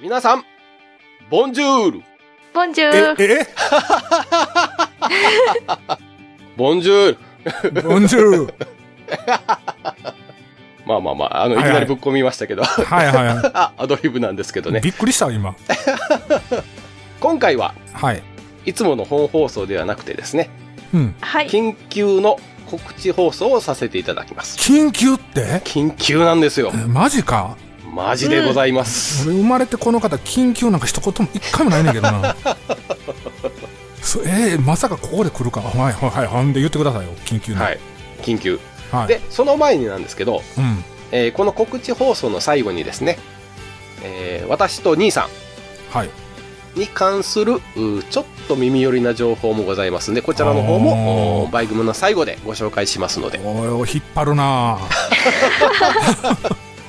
皆さん、ボンジュールボンジュえール。えボンジュールボンジュールまあまあまあ、あの、いはいきはいなりぶっ込みましたけ ど、はいはあ、アドリブなんですけどい、ね。びっくりした今今回は、はいいつもの本放送ではなくてですね、うんはい。緊急の告知放送をさせていただきます。緊急って緊急なんですよ。えマジかマジでございます。俺生まれてこの方緊急なんか一言も一回もないねんけどなそえーまさかここで来るかはいはいはいほんで言ってくださいよ緊急のはい。緊急。はいで、その前になんですけど、うんえーこの告知放送の最後にですね、えー私と兄さはいんに関するうーちょっと耳寄りな情報もございますんで、こちらの方もおーおーバイグムの最後でご紹介しますので、おい引っ張るなあ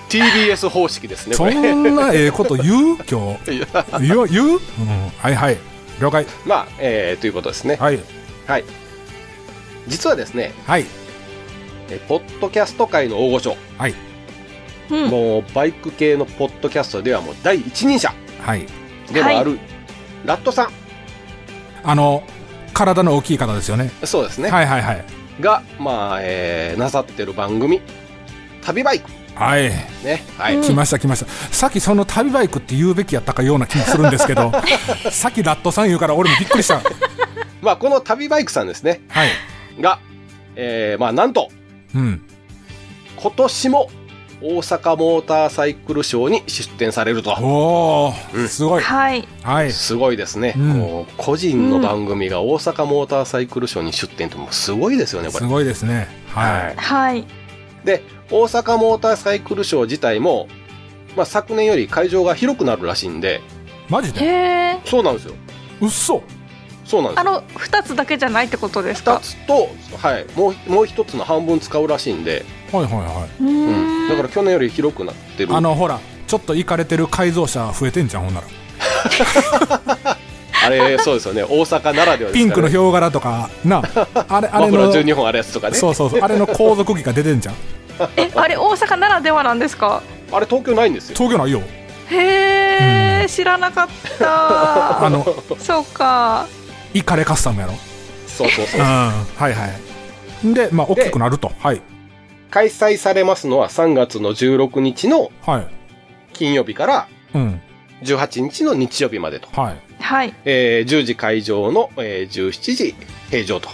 TBS 方式ですね、こそれ。んなええこと言う今 いや日言う言う、うん、はいはい了解まあ、えーということですね。はいはい。実はですね、はいえーポッドキャスト界の大御所、うん。もうバイク系のポッドキャストではもう第一人者はいでもある、ラットさあの体の大きい方ですよねん、そうですね、はいはいはいが、まあ、えーなさってる番組、旅バイク。はいね。はい。うん来ました来ましたさっきその旅バイクって言うべきやったかような気もするんですけどさっきラットさん言うから俺もびっくりしたまあ、この旅バイクさんですね、はいが、えーまあ、なんと、うん今年も大阪モーターサイクルショーに出展されると。おお、うんすごい。はい。はい。すごいですね、うんこう個人の番組が大阪モーターサイクルショーに出展ってもうすごいですよね、こすれ。ごいですね。ははいい。はい。で、大阪モーターサイクルショー自体も、まあ、昨年より会場が広くなるらしいんで、マジへで。え。そうなんですよ。うっそ。そうなんであすよ。の、二つだけじゃないってことです二かつと、はい、もう、もう一つの半分使うらしいんで、はいはいはうーうん。ん。だから去年より広くなってい。る。あのほら、ちょっと行かれてる改造車増えてんじゃんほんなら。あれ、そうですよね。大阪ならではですから、ね。ピンクのヒョウ柄とかな、 あれあマれフラの。ー12本あるやつとかね。そう そうそう。あれの後続機が出てんじゃん。え、あれ、大阪ならではなんですかあれ東京ないんですよ。東京ないよ。へえ、知らなかっ あた。のそうか。イカレカスタムやろ。そうそううそう。ん。はいはい。で、まあ大きくなると。はい開催されますのは3月の16日のはい。金曜日からうん。 18日の日曜日までと。はい。はい。えー10時会場の、えー17時閉場と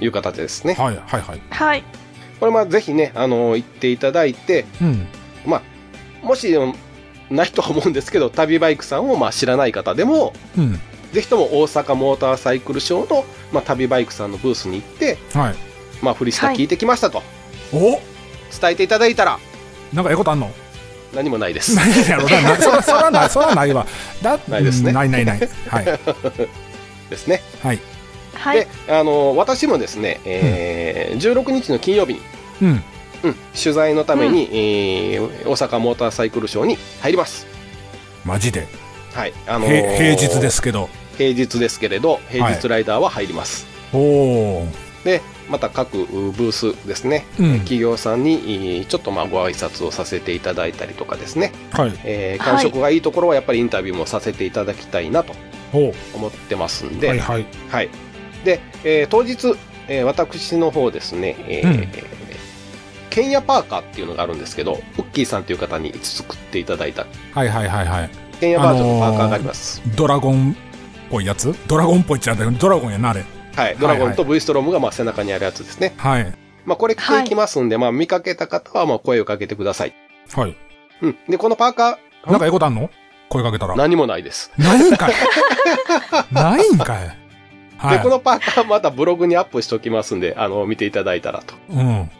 いう形ですね。はいはいはい。はい。これまあぜひね、あのー行っていただいて、うん。まあ、もし、うんないとは思うんですけど、旅バイクさんをまあ知らない方でも、うん。ぜひとも大阪モーターサイクルショーの、まあ、旅バイクさんのブースに行って、はい。まあ、フリスタはい聞いてきましたとお、伝えていただいたらなんかええことあんの？ 何もないです。ないやろな。なそらそらないそらないわ。だないですねうんないないない。はい。ですね。はい。はい。で、あのー私もですね、えー16日の金曜日に、うん。うん、取材のために、えー大阪モーターサイクルショーに入ります。マジで。はい、あのーへ平日で。すけど。平日ですけれど、平は日ライダーは入ります。おお。で、また各うブースですね、うん。企業さんにえーちょっとまあご挨拶をさせていただいたりとかですね、はい。えーはい感触がいいところはやっぱりインタビューもさせていただきたいなとお思ってますんお。で、はいはい。はい。で、えー当日、えー私の方ですね、えーうんケンヤパーカーっていうのがあるんですけど、ウッキーさんという方に作っていただいた、はいはいはいはい。ケンヤバージョンのパーカーがあります。ドラゴンっぽいやつドラゴンっぽいっちゃうんだけど、ドラゴンやなあれ。はい、ドラゴンと V ストロームがまあ背中にあるやつですね。はい。まあ、これ着ていきますんで、まあ、見かけた方は、まあ、声をかけてください。はい。うん。で、このパーカー、なんかええことあんの声かけたら。何もないです。ない んかい。ないんかい。はで、こい。のパーカー、またブログにアップしておきますんで、あの、見ていただいたらと。うん。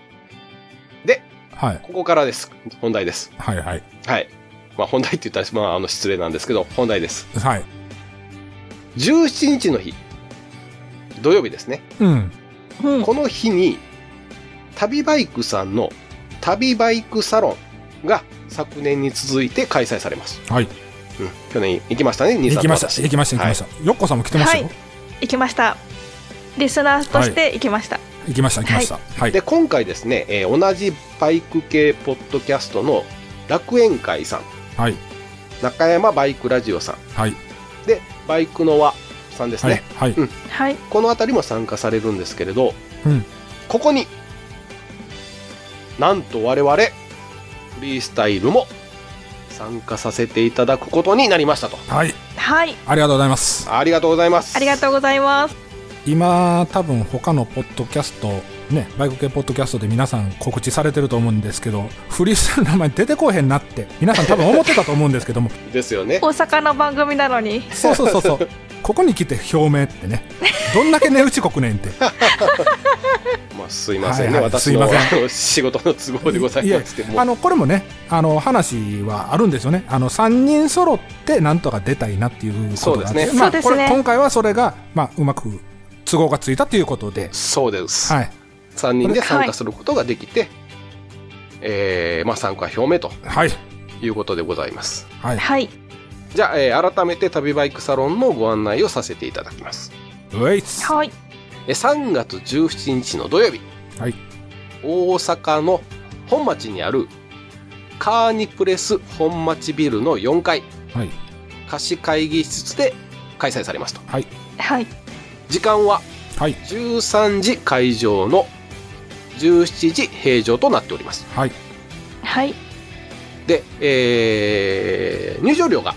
で、はい。ここからです。本題です。はいはい。はい。まあ、本題って言ったら、まあ、あの、失礼なんですけど、本題です。はい。 17日の日、土曜日ですね。うん。うん。この日に、旅バイクさんの旅バイクサロンが昨年に続いて開催されます。はい。うん。去年行きましたね、兄さん行ときました。私行きました。行きました。よっこさんも来てましたよは。行きました。リスナーとして行きました。行きました。行きました。はい。で今回ですね、えー同じバイク系ポッドキャストの楽園会さんはい。中山バイクラジオさんはいでバイクの輪さんですはね、いはいうんはい。この辺りも参加されるんですけれど、うんここになんと我々フリースタイルも参加させていただくことになりましたとはいはい。ありがとうございますありがとうございますありがとうございます。今多分他のポッドキャストねバイク系ポッドキャストで皆さん告知されてると思うんですけどフリースタイルの名前出てこへんなって皆さん多分思ってたと思うんですけ どもですよね大阪の番組なのに。そうそうそうそうここに来て表明ってねどんだけ値打ち国ねんってまあすいませんね、はいはい私のすいま仕事の都合でございましてもあうのこれもねあの話はあるんですよねあの3人揃ってなんとか出たいなっていうことがあってそうですねまそうあ、ですこねれ今回はそれが、まあ、うまく都合がついたということで、そうです、はい3人で参加することができて、えーまあ、参加表明とはいいうことでございますはいはい。じゃあ、えー改めて旅バイクサロンのご案内をさせていただきますうえいっすはい。えー3月17日の土曜日、はい大阪の本町にあるカーニプレス本町ビルの4階はい貸し会議室で開催されますとはい。時間ははい13時会場の17時閉場となっておりますはいはい。で、えー入場料が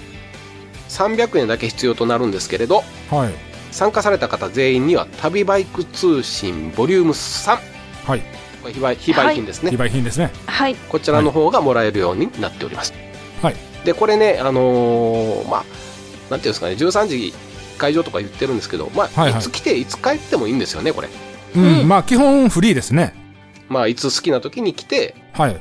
300円だけ必要となるんですけれどはい参加された方全員には旅バイク通信ボリューム3はいこれ非売非売品ですね、非売品ですねはい。こちらの方がもらえるようになっております。はいで、これね、あのーまあ、なんていうんですかね、13時会場とか言ってるんですけど、まあ、はいいはいつ来て、いつ帰ってもいいんですよね、これ。うん、うんまあ基本フリーですねまあ、いつ好きな時に来て、はい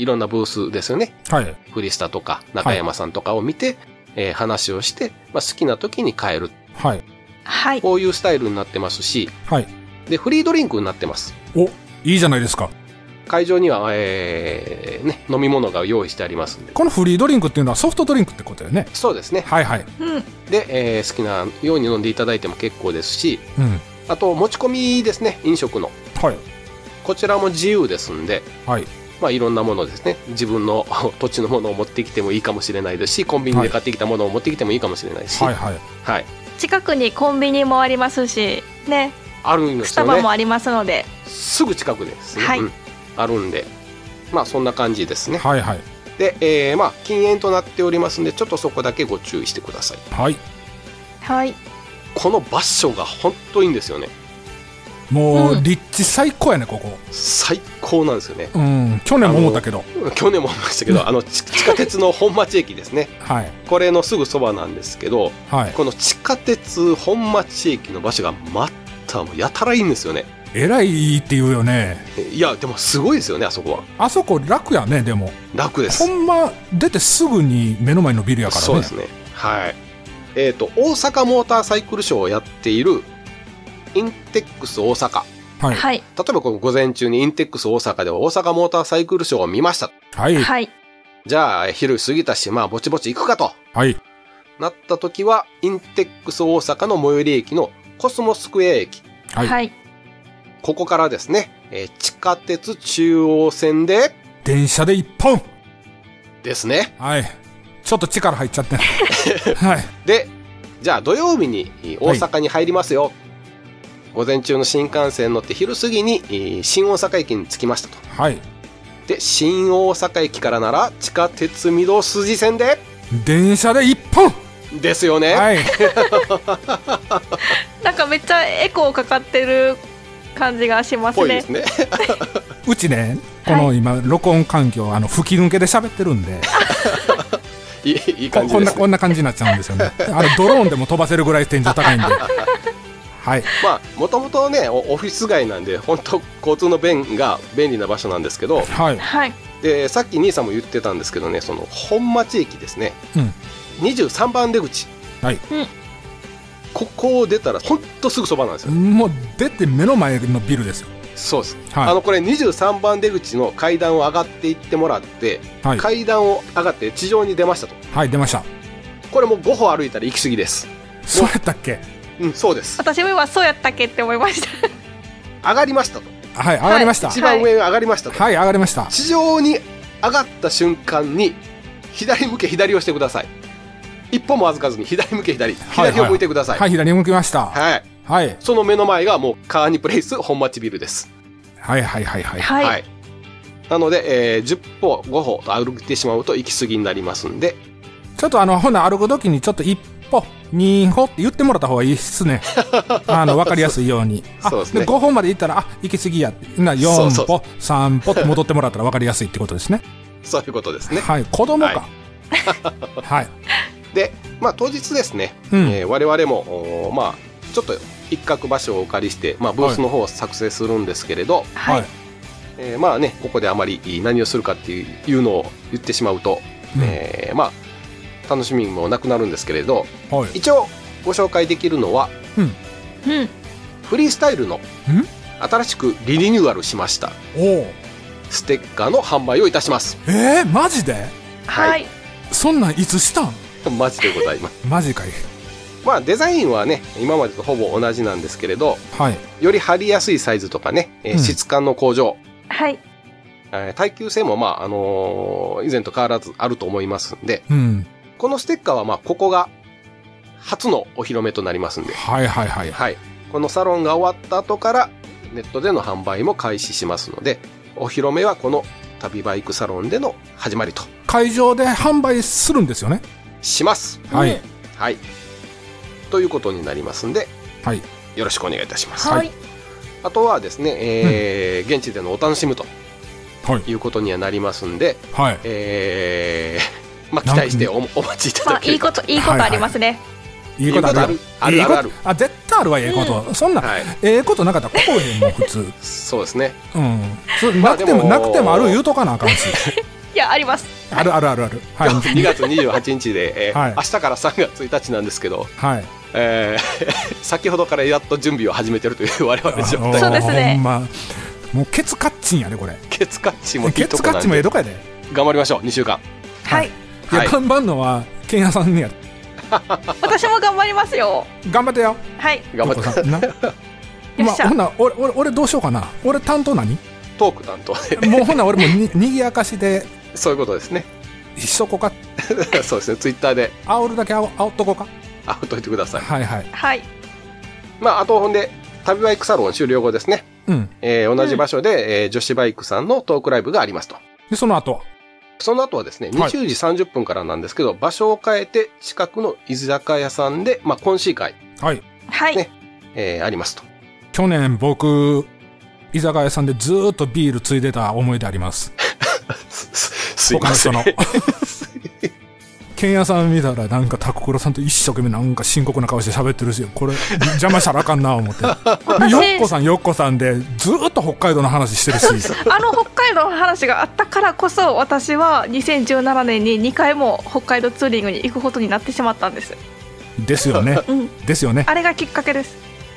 いろんなブースですよね。はいフリスタとか、中山さんとかを見て、えー話をして、まあ、好きな時に帰る。はいはい。こういうスタイルになってますし、はいで、フリードリンクになってます。おいいじゃないですか会場には、えーね、飲み物が用意してありますんで。このフリードリンクっていうのはソフトドリンクってことだよねそうですね。はいはいうん。で、えー好きなように飲んでいただいても結構ですし、うんあと持ち込みですね飲食のはいこちらも自由ですんではいまあいろんなものですね自分の 土地のものを持ってきてもいいかもしれないですしコンビニで買ってきたものを持ってきてもいいかもしれないし、ははいいはい近くにコンビニもありますし、ね、あるんでスすタよバもねありますので、すぐ近くですね、はいうんあるんでまあそんな感じですねはいはいで、えーまあ禁煙となっておりますんでちょっとそこだけご注意してくださいはいはい。この場所が本当いいんですよねもう、うん立地最高やねここ最高なんですよねうん去年も思ったけど去年も思いましたけどあのち地下鉄の本町駅ですねはいこれのすぐそばなんですけどはいこの地下鉄本町駅の場所がまたもうやたらいいんですよねえらいって言うよねいやでもすごいですよねあそこはあそこ楽やねでも楽ですほんま出てすぐに目の前のビルやからねそうですねはいえっ、と大阪モーターサイクルショーをやっているインテックス大阪はいはい。例えばこの午前中にインテックス大阪では大阪モーターサイクルショーを見ましたはいはいはい。じゃあ昼過ぎたしまあぼちぼち行くかとはいなった時はインテックス大阪の最寄り駅のコスモスクエア駅はいはい。ここからですね、えー地下鉄中央線で電車で一本ですねはいちょっと力入っちゃ ってはいでじゃあ土曜日にえー大阪に入りますよ、午前中の新幹線乗って昼過ぎにえー新大阪駅に着きましたとはいで新大阪駅からなら地下鉄御堂筋線で電車で一本ですよね、はいなんかめっちゃエコーかかってる感じがしまぽすいでねす。ねうちねこの今録音環境あの吹き抜けで喋ってるんで いいいいこ感じこんでなす、ね、こんな感じになっちゃうんですよねあれドローンでも飛ばせるぐらい天井高いん ではいまあもともとねおオフィス街なんで本当交通の便が便利な場所なんですけどはいはい。でさっき兄さんも言ってたんですけどねその本町駅ですね、うん23番出口はいうんここを出たらほんとすぐそばなんですよもう出て目の前のビルですよそうです、はいあのこれ23番出口の階段を上がっていってもらって、はい階段を上がって地上に出ましたとはい出ましたこれもう5歩歩いたら行き過ぎですそうやったっけうんそう です私も今そうやったっけって思いました。上がりましたとはい上がりましたはい一番上に上がりましたと、はい上がりました地上に上がった瞬間に左向け左をしてください一歩も預かずに左向け左はい左を向いてくださいはい、左向きました。はい。はいはい、その目の前がもうカーニプレイス本町ビルですはい、はい、はいはい。はい、はい。なので、えー10歩5歩と歩いてしまうと行き過ぎになりますんでちょっとあの、ほな、歩くときにちょっと一歩、二歩って言ってもらった方がいいっす ね。あの、わかりやすいように。あそうですね5歩まで行ったら、あ、行き過ぎやって。な、そう4そう歩、3歩って戻ってもらったらわかりやすいってことですね。そういうことですねはい、子供か。はい。で、まあ、当日です ね、うんえー我々もおーまあちょっと一角場所をお借りして、まあ、ブースの方を作成するんですけれど、ははいい。えーまあねここであまり何をするかっていうのを言ってしまうと、うんえーまあ楽しみもなくなるんですけれどはい。一応ご紹介できるのはうん。フリースタイルの新しくリニューアルしましたおお。ステッカーの販売をいたします えー、マジでははいい。そんなんいつしたんマジでございます マジかい。まあデザインはね今までとほぼ同じなんですけれどはい。より貼りやすいサイズとかね、えーうん質感の向上、はい。えー耐久性もまああのー以前と変わらずあると思いますんでうん。このステッカーはまあここが初のお披露目となりますんではいはいはい。はい。このサロンが終わった後から、ネットでの販売も開始しますので、お披露目はこの旅バイクサロンでの始まりと会場で販売するんですよね。します。はい。はい。ということになりますんで、はい。よろしくお願いいたします。はい。あとはですね、えー現地でのお楽しみとはい。いうことにはなりますんで、はい。えーまあ、期待しておお待ちいたまだあ、けいれいばこと、いいことありますね。いいことあるいいことあるいいことあるあるあ、絶対あるわ、ええこと。そんな、はいええことなかったら、こうへんもん、普 通。うん。そうですね。それまあなくても、でもなくてもある言うとかなあか んし。いや、あります。あるあるあるある。はい。 2月28日で、えーはい明日から3月1日なんですけど、はい。えー 先ほどからやっと準備を始めてるという 我々状そ態うですねほんま。もうケツカッチンやね、これ。ケツカッチもいいケとツこカッなチんンもええでとこやで。い頑張りましょう2週間はい。はや、い頑張んのは、けんやさんねや。私も頑張りますよ。頑張ってよ。はい。頑張おっ子てさんな。よまっしゃあ、ほな、俺、俺、俺どうしようかな。俺担当 何トーク担当 でもうほな、俺もに、にぎやかしで、そういうことですね ひそこか、そうですねツイッターで煽るだけ煽煽っとこうか。あっといてくださいはいはい。はい。まああとほんで旅バイクサロン終了後ですね、うん。えー同じ場所で、えー女子バイクさんのトークライブがありますとで、その後は。その後はですねは20い時30分からなんですけど、場所を変えて近くの居酒屋さんで、まあ、懇親会、はい。はいね。えーありますと去年僕、居酒屋さんでずーっとビールついでた思い出あります。すすすいません他の人の。 ケンヤさん見たらなんかタコクロさんと一生懸命なんか深刻な顔して喋ってるし、これ邪魔したらあかんな 思って。でヨッコさんヨッコさんでずーっと北海道の話してる し、あの北海道の話があったからこそ私は2017年に2回も北海道ツーリングに行くことになってしまったんです、ですよね。うん、ですよね。あれがきっかけです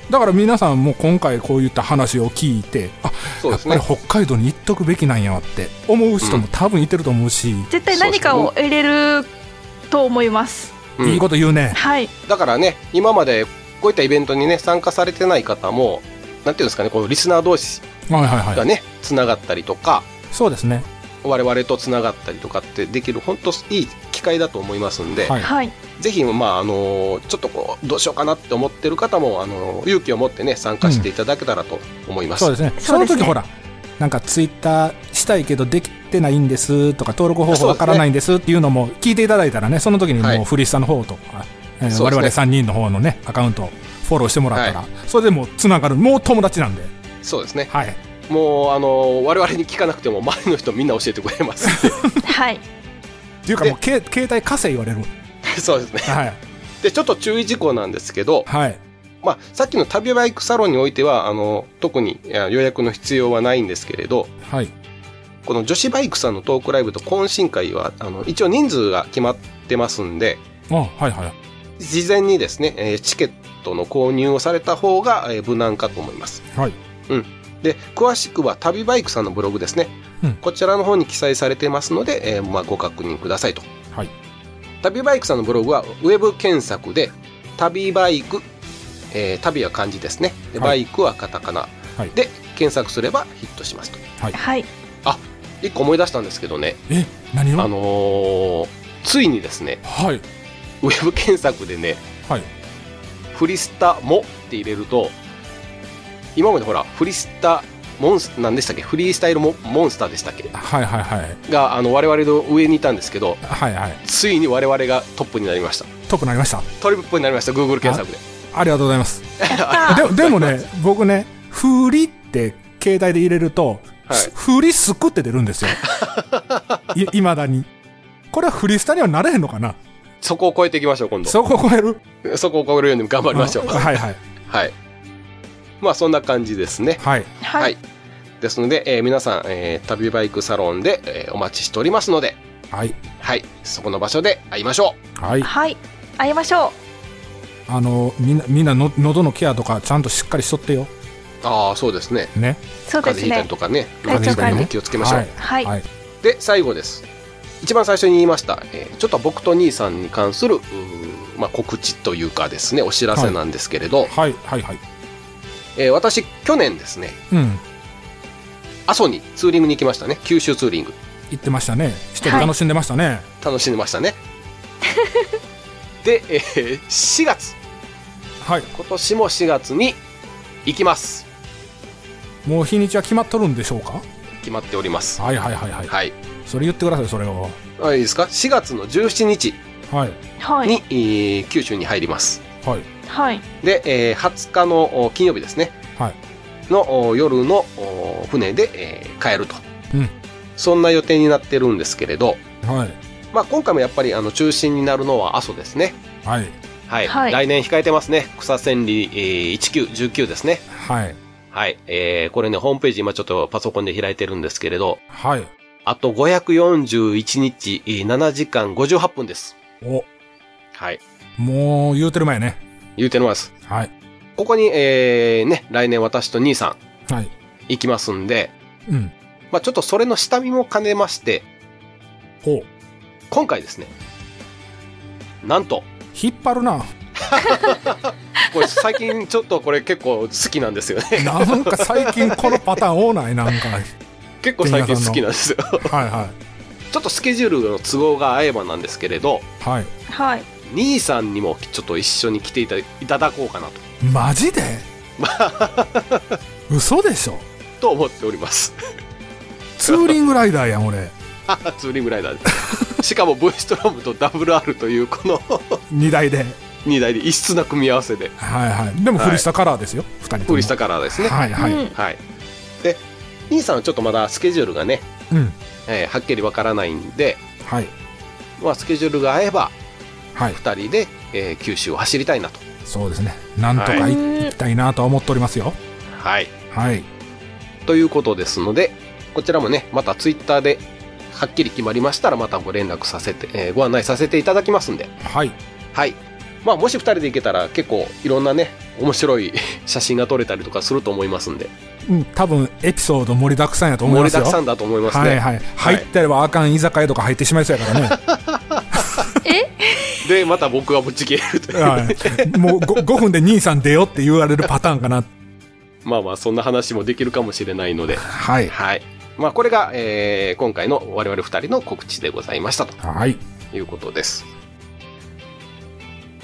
だから皆さんも今回こういった話を聞いて、あ、そうやでっすぱりね北海道に行っとくべきなんやって思う人も多分いてると思うし、絶対何かを得れると思いますうんいいこと言うね。はいだからね、今までこういったイベントにね、参加されてない方も、なんていうんですかね、このリスナー同士はいはいはがい。ね、つながったりとか、そうですね。我々とつながったりとかってできる、本当いい機会だと思いますんで、はい。はいぜひ、まあ、あのちょっとこう、どうしようかなって思ってる方も、あの勇気を持ってね、参加していただけたらと思います。そうですね。そそうでのすね時ほら、なんかツイッターしたいけどできてないんですとか、登録方法わからないんですっていうのも聞いていただいたらね、その時にはいもうフリースタの方とか、えーそう我ですね々3人の方のね、アカウントをフォローしてもらったら、それでもうつながる、もう友達なんで、そうですね。はい。もう、あの我々に聞かなくても、周りの人みんな教えてくれます。 はいっていうかでもうけ、携帯貸せ言われる。そうですね。はい。で、ちょっと注意事項なんですけど、はい。まあ、さっきの旅バイクサロンにおいては、あの特にいや予約の必要はないんですけれど、はい。この女子バイクさんのトークライブと懇親会は、あの、一応人数が決まってますんで、あ、はいはい。事前にですね、えーチケットの購入をされた方が、えー無難かと思います。はい。で、詳しくは旅バイクさんのブログですね。うんこちらの方に記載されてますので、えーまあ、ご確認くださいと。はい。旅バイクさんのブログは、ウェブ検索で、旅バイク、えー旅は漢字ですね。ではバいイクはカタカナ。はいで、検索すればヒットしますと。 はい一個思い出したんですけどね、え、何あをのーついにですねはいウェブ検索でねはい「フリスタも」って入れると今までほらフリスタモンス何でしたっけフリースタイルモモンスターでしたっけはいはいはいがあの我々の上にいたんですけどはいはいついに我々がトップになりましたトップになりましたトリップになりました Google 検索でありがとうございますあでもでもね僕ね「振り」って携帯で入れると「はい振りすく」って出るんで すよいいまだにこれはフリスタにはなれへんのかなそこを超えていきましょう今度そそこを超えるこを超えるように頑張りましょうあはいはいはいまあそんな感じですねはいははいい、ですので、えー皆さん、えー旅バイクサロンで、えーお待ちしておりますので、はいはい、そこの場所で会いましょはいはい、会いましょあのみんなみんなの喉のケアとかちゃんとしっかりしとってよう。ああ、そうですね。ねう。そうで風邪すひいたりね。とかね、体調管理に気をつけましょう。はいはい、はいで、最後です。一番最初に言いました、えーちょっと僕と兄さんに関する、うーまあ、告知というかですね、お知らせなんですけれど、はいはいはいえー私、去年ですね、うん阿蘇にツーリングに行きましたね、九州ツーリング。言ってましたね一人楽しんでましたね楽しんでましたね。で、えー4月、はい、今年も4月に行きます。もう日にちは決まっとるんでしょうか決まっております。はいはいはいはいはい。それ言ってくださいそれをあいいですか ?4 月の17日はいはい、に、えー九州に入ります。はいはい、で、えー20日のお金曜日ですね。はいのお夜のお船で、えー帰ると。うんそんな予定になってるんですけれど、はいまあ、今回もやっぱりあの中心になるのは阿蘇ですね。はいはい。はい来年控えてますね。草千里、えー19、19ですね。はいはい。えーこれね、ホームページ今ちょっとパソコンで開いてるんですけれど、はいあと541日、えー7時間58分です。おはい。もう言うてる前ね言うてます。はいここに、えー、ね、来年私と兄さんはい行きますんで、うんまあちょっとそれの下見も兼ねまして、ほう今回ですね、なんと、引っ張 るなこれ最近ちょっとこれ結構好きなんですよね。 なんか最近このパターン多ないなんかはい結構最近好きなんですよ。はちょっとスケジュールの都合が合えばなんですけれど、いはいはい、兄さんにもちょっと一緒に来ていただいただこうかなと、マ ジで嘘でしょと思っております。 ツーリングライダーやん俺ツーリングライダーです。しかも V ストラムと WR というこの2台で2台で異質な組み合わせで、はいはいでもフリスタカラーですよ、二2人ともフリしたカラーですね。はいはい、うん、はい。で、兄さんはちょっとまだスケジュールがね、うんえーはっきりわからないんで、はいまあ、スケジュールが合えば、はい2人で、えー九州を走りたいなと。そうですねなんとかはいい行きたいなとは思っておりますよはい。はいということですので、こちらもね、またツイッターで、はっきり決まりましたら、またご連絡させて、えーご案内させていただきますんで、はいはい。まあ、もし2人で行けたら、結構、いろんなね、面白い 写真が撮れたりとかすると思いますんで、うん多分エピソード盛りだくさんやと思い盛まりすだよくさんだと思いますね。はいはい入ってればあかん居酒屋とか入ってしまいそうやからね え、で、また僕がぶち切れるという。 はいもう 5, 分で兄さん出よって言われるパターンかな。まあまあ、そんな話もできるかもしれないので、はい。はい。まあ、これが、えー今回の我々二人の告知でございましたとはい。いうことです。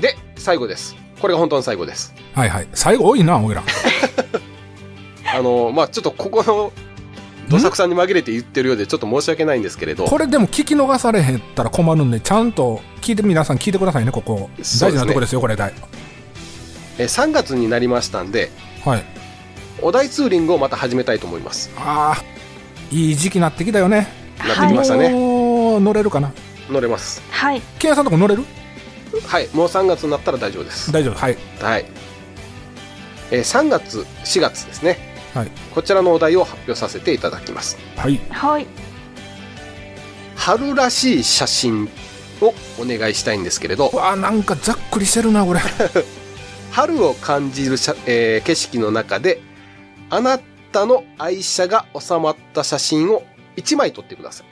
で、最後です。これが本当の最後です。はいはい。最後多いな、おいら。あの、まあ、ちょっとここの、どさくさんに紛れて言ってるようで、ちょっと申し訳ないんですけれど、これでも聞き逃されへんったら困るんで、ちゃんと聞いて、皆さん聞いてくださいね、ここ。そうですね大事なとこですよ、これ、大。えー3月になりましたんで、はい。お題ツーリングをまた始めたいと思います。ああ、いい時期なってきたよね。なってきましたね。もう乗れるかな。乗れます。はい、ケンヤさんとこ乗れるはい。もう3月になったら大丈夫です。大丈夫。はい。はい。えー3月、4月ですね。はい。こちらのお題を発表させていただきます。はい。はい、春らしい写真をお願いしたいんですけれどうわあ、なんかざっくりしてる な、これ。春を感じる写、えー景色の中であなたの愛車が収まった写真を1枚撮ってください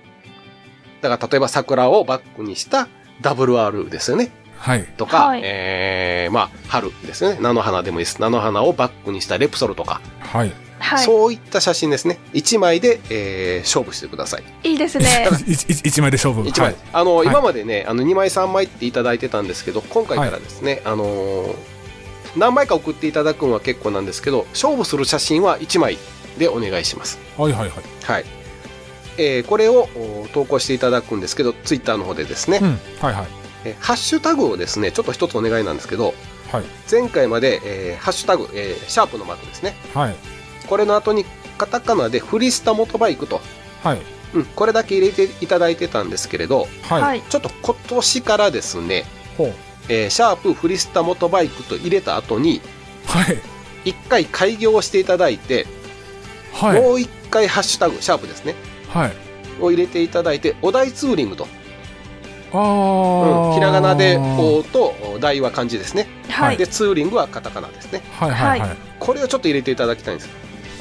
だから例えば桜をバックにした WR ですよねはい。とか、はいえーまあ春ですよね菜の花でもいいです菜の花をバックにしたレプソルとかはい。はい。そういった写真ですね。1枚で、えー勝負してください。いいで すね。 1枚で勝負。 1枚。はいあの、い今までね、あの2枚3枚っていただいてたんですけど、今回からですね、あのー何枚か送っていただくのは結構なんですけど、勝負する写真は1枚でお願いします。はいはいはい。はい。えーこれをお投稿していただくんですけど、ツイッターの方でですね、うん。はいはい。えーハッシュタグをですね、ちょっと一つお願いなんですけど、はい。前回まで、えーハッシュタグ、えーシャープのマークですね。はい。これの後にカタカナでフリスタモトバイクと、はい。うん、これだけ入れていただいてたんですけれど、はい。はい。ちょっと今年からですね、ほう。えーシャープフリスタモトバイクと入れた後に、はい。一回開業していただいて、はい。もう一回ハッシュタグ、シャープですね、はい。を入れていただいて、お題ツーリングと、ああ、うんひらがなで、おと、お題は漢字ですね。はい。で、ツーリングはカタカナですね。はいはいはい。はこれをちょっと入れていただきたいんです。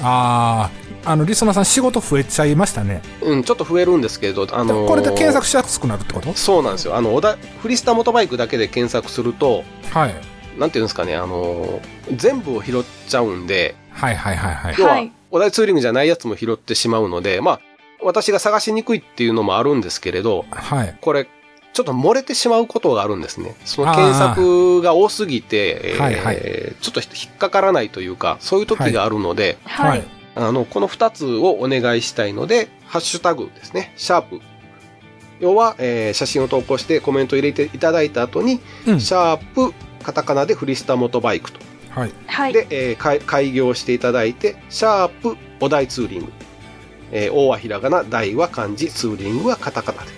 ああ、あの、リスナーさん仕事増えちゃいましたね。うん、ちょっと増えるんですけれど、あでのーもこれで検索しやすくなるってことそうなんですよ。あの、おだフリスタモトバイクだけで検索すると、はい。なんていうんですかね、あのー全部を拾っちゃうんで、はいはいはいはい。要は、はいお題ツーリングじゃないやつも拾ってしまうので、まあ、私が探しにくいっていうのもあるんですけれど、はい。これ、ちょっと漏れてしまうことがあるんですね。その検索が多すぎて、えーはいはいちょっと引っかからないというか、そういう時があるので、ははいい。あの、この2つをお願いしたいので、ハッシュタグですね、シャープ。要は、えー写真を投稿してコメントを入れていただいた後に、うん。シャープ、カタカナでフリスタモトバイクと。はい。はい。で、えー開開業していただいて、シャープ、お題ツーリング。えー、大はひらがな、大は漢字、ツーリングはカタカナで。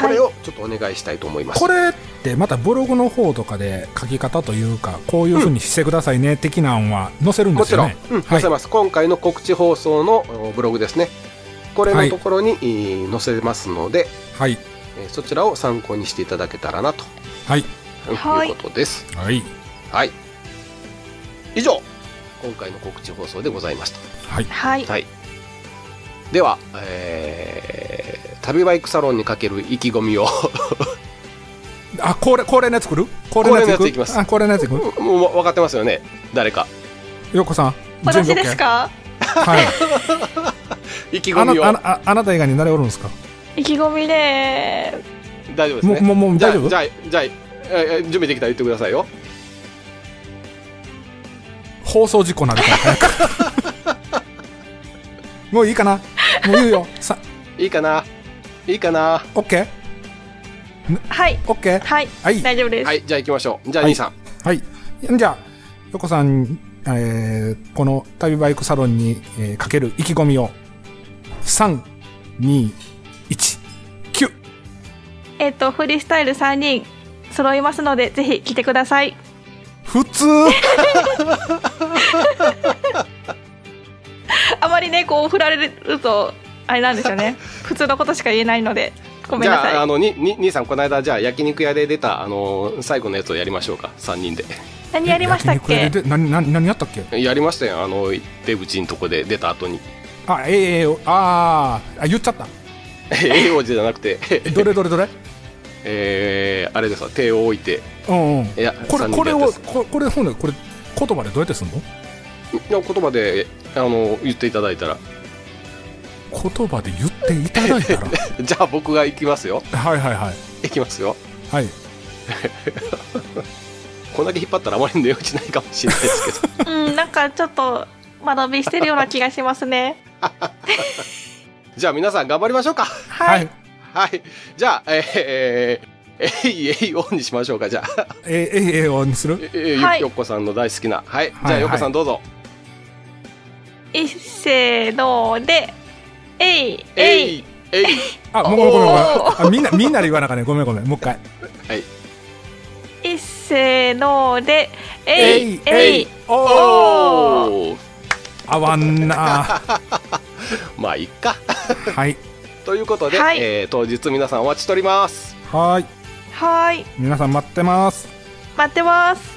これはい。をちょっとお願いしたいと思います。これってまたブログの方とかで書き方というか、こういうふうにしてくださいね的なんは載せるんでもすちよろん、ね。うん、はい載せます。今回の告知放送のおブログですね。これはのいところに、えー載せますので、はい。えーそちらを参考にしていただけたらなと、はい。うんはいい、うことです。はい。はい。以上、今回の告知放送でございました。はい。はい。はい。では、えー旅バイクサロンにかける意気込みを、 あ、これ、これのやつ来るこ恒例のやついきますあ、これのやついくもう分かってますよね、誰か。よっこさん。準備 OK？私ですか はい。意気あ込みをな、あ。な、ああなた以外に誰おるんですか意気込みで大丈夫ですもう、ね。もう、もうじゃ大あ、丈夫じゃあ、じゃあ、えー準備できたら言ってくださいよ。放送事故なるか ら早くもういいかなもう言うよさいいかないいかな OK? はい。 OK? はい。はい大丈夫です。はい、じゃあ行きましょう。じゃあ、はい兄さん。はいじゃあ横さん、えーこの旅バイクサロンに、えーかける意気込みを321キュえっ、と、フリースタイル3人揃いますので、ぜひ来てください。普通あまりね、こう、振られると、あれなんですよね。普通のことしか言えないので、ごめじんなゃあ、さあい。の、に、に、兄さん、この間、じゃあ、焼肉屋で出た、あのー、最後のやつをやりましょうか。3人で。 何やりましたっ焼肉け屋 でで何何何やったっけやりましたよ。あの、出口のとこで出た後に。 あええあーあ言っちゃったええ、王子じゃなくて、 どれどれどれえー、あれですわ手を置いて。うんうんいや、これ三こ人でれやったやをつここれ本来これ言葉でどうやってすんのいや言葉で、あの、言っていただいたら。言葉で言っていただいたらじゃあ、僕が行きますよ。はいはいはい行きますよ。はいこんだけ引っ張ったらあまりの用事ないかもしれないですけど。うん、なんかちょっと、間延びしてるような気がしますね。じゃあ皆さん頑張りましょうか。はい。はい。じゃあ、えー、えー、えいえいおんにしましょうか。じゃあ、えー、えいえいをにするえーゆはいよっこさんの大好きな。はい。じはゃあ、いよっこさんどうぞ。いっせーので、えい、えい。、えい。あ、あもうごめんごめんごめんおあみんな、みんなで言わなあかんね。ごめんごめん。もう一回。いっせーので、ええいい、えい。おーおー合わんなあ。まあ、いっか。はい。ということで、はいえー当日皆さんお待ちしております。はーい。はーい。皆さん待ってます。待ってます。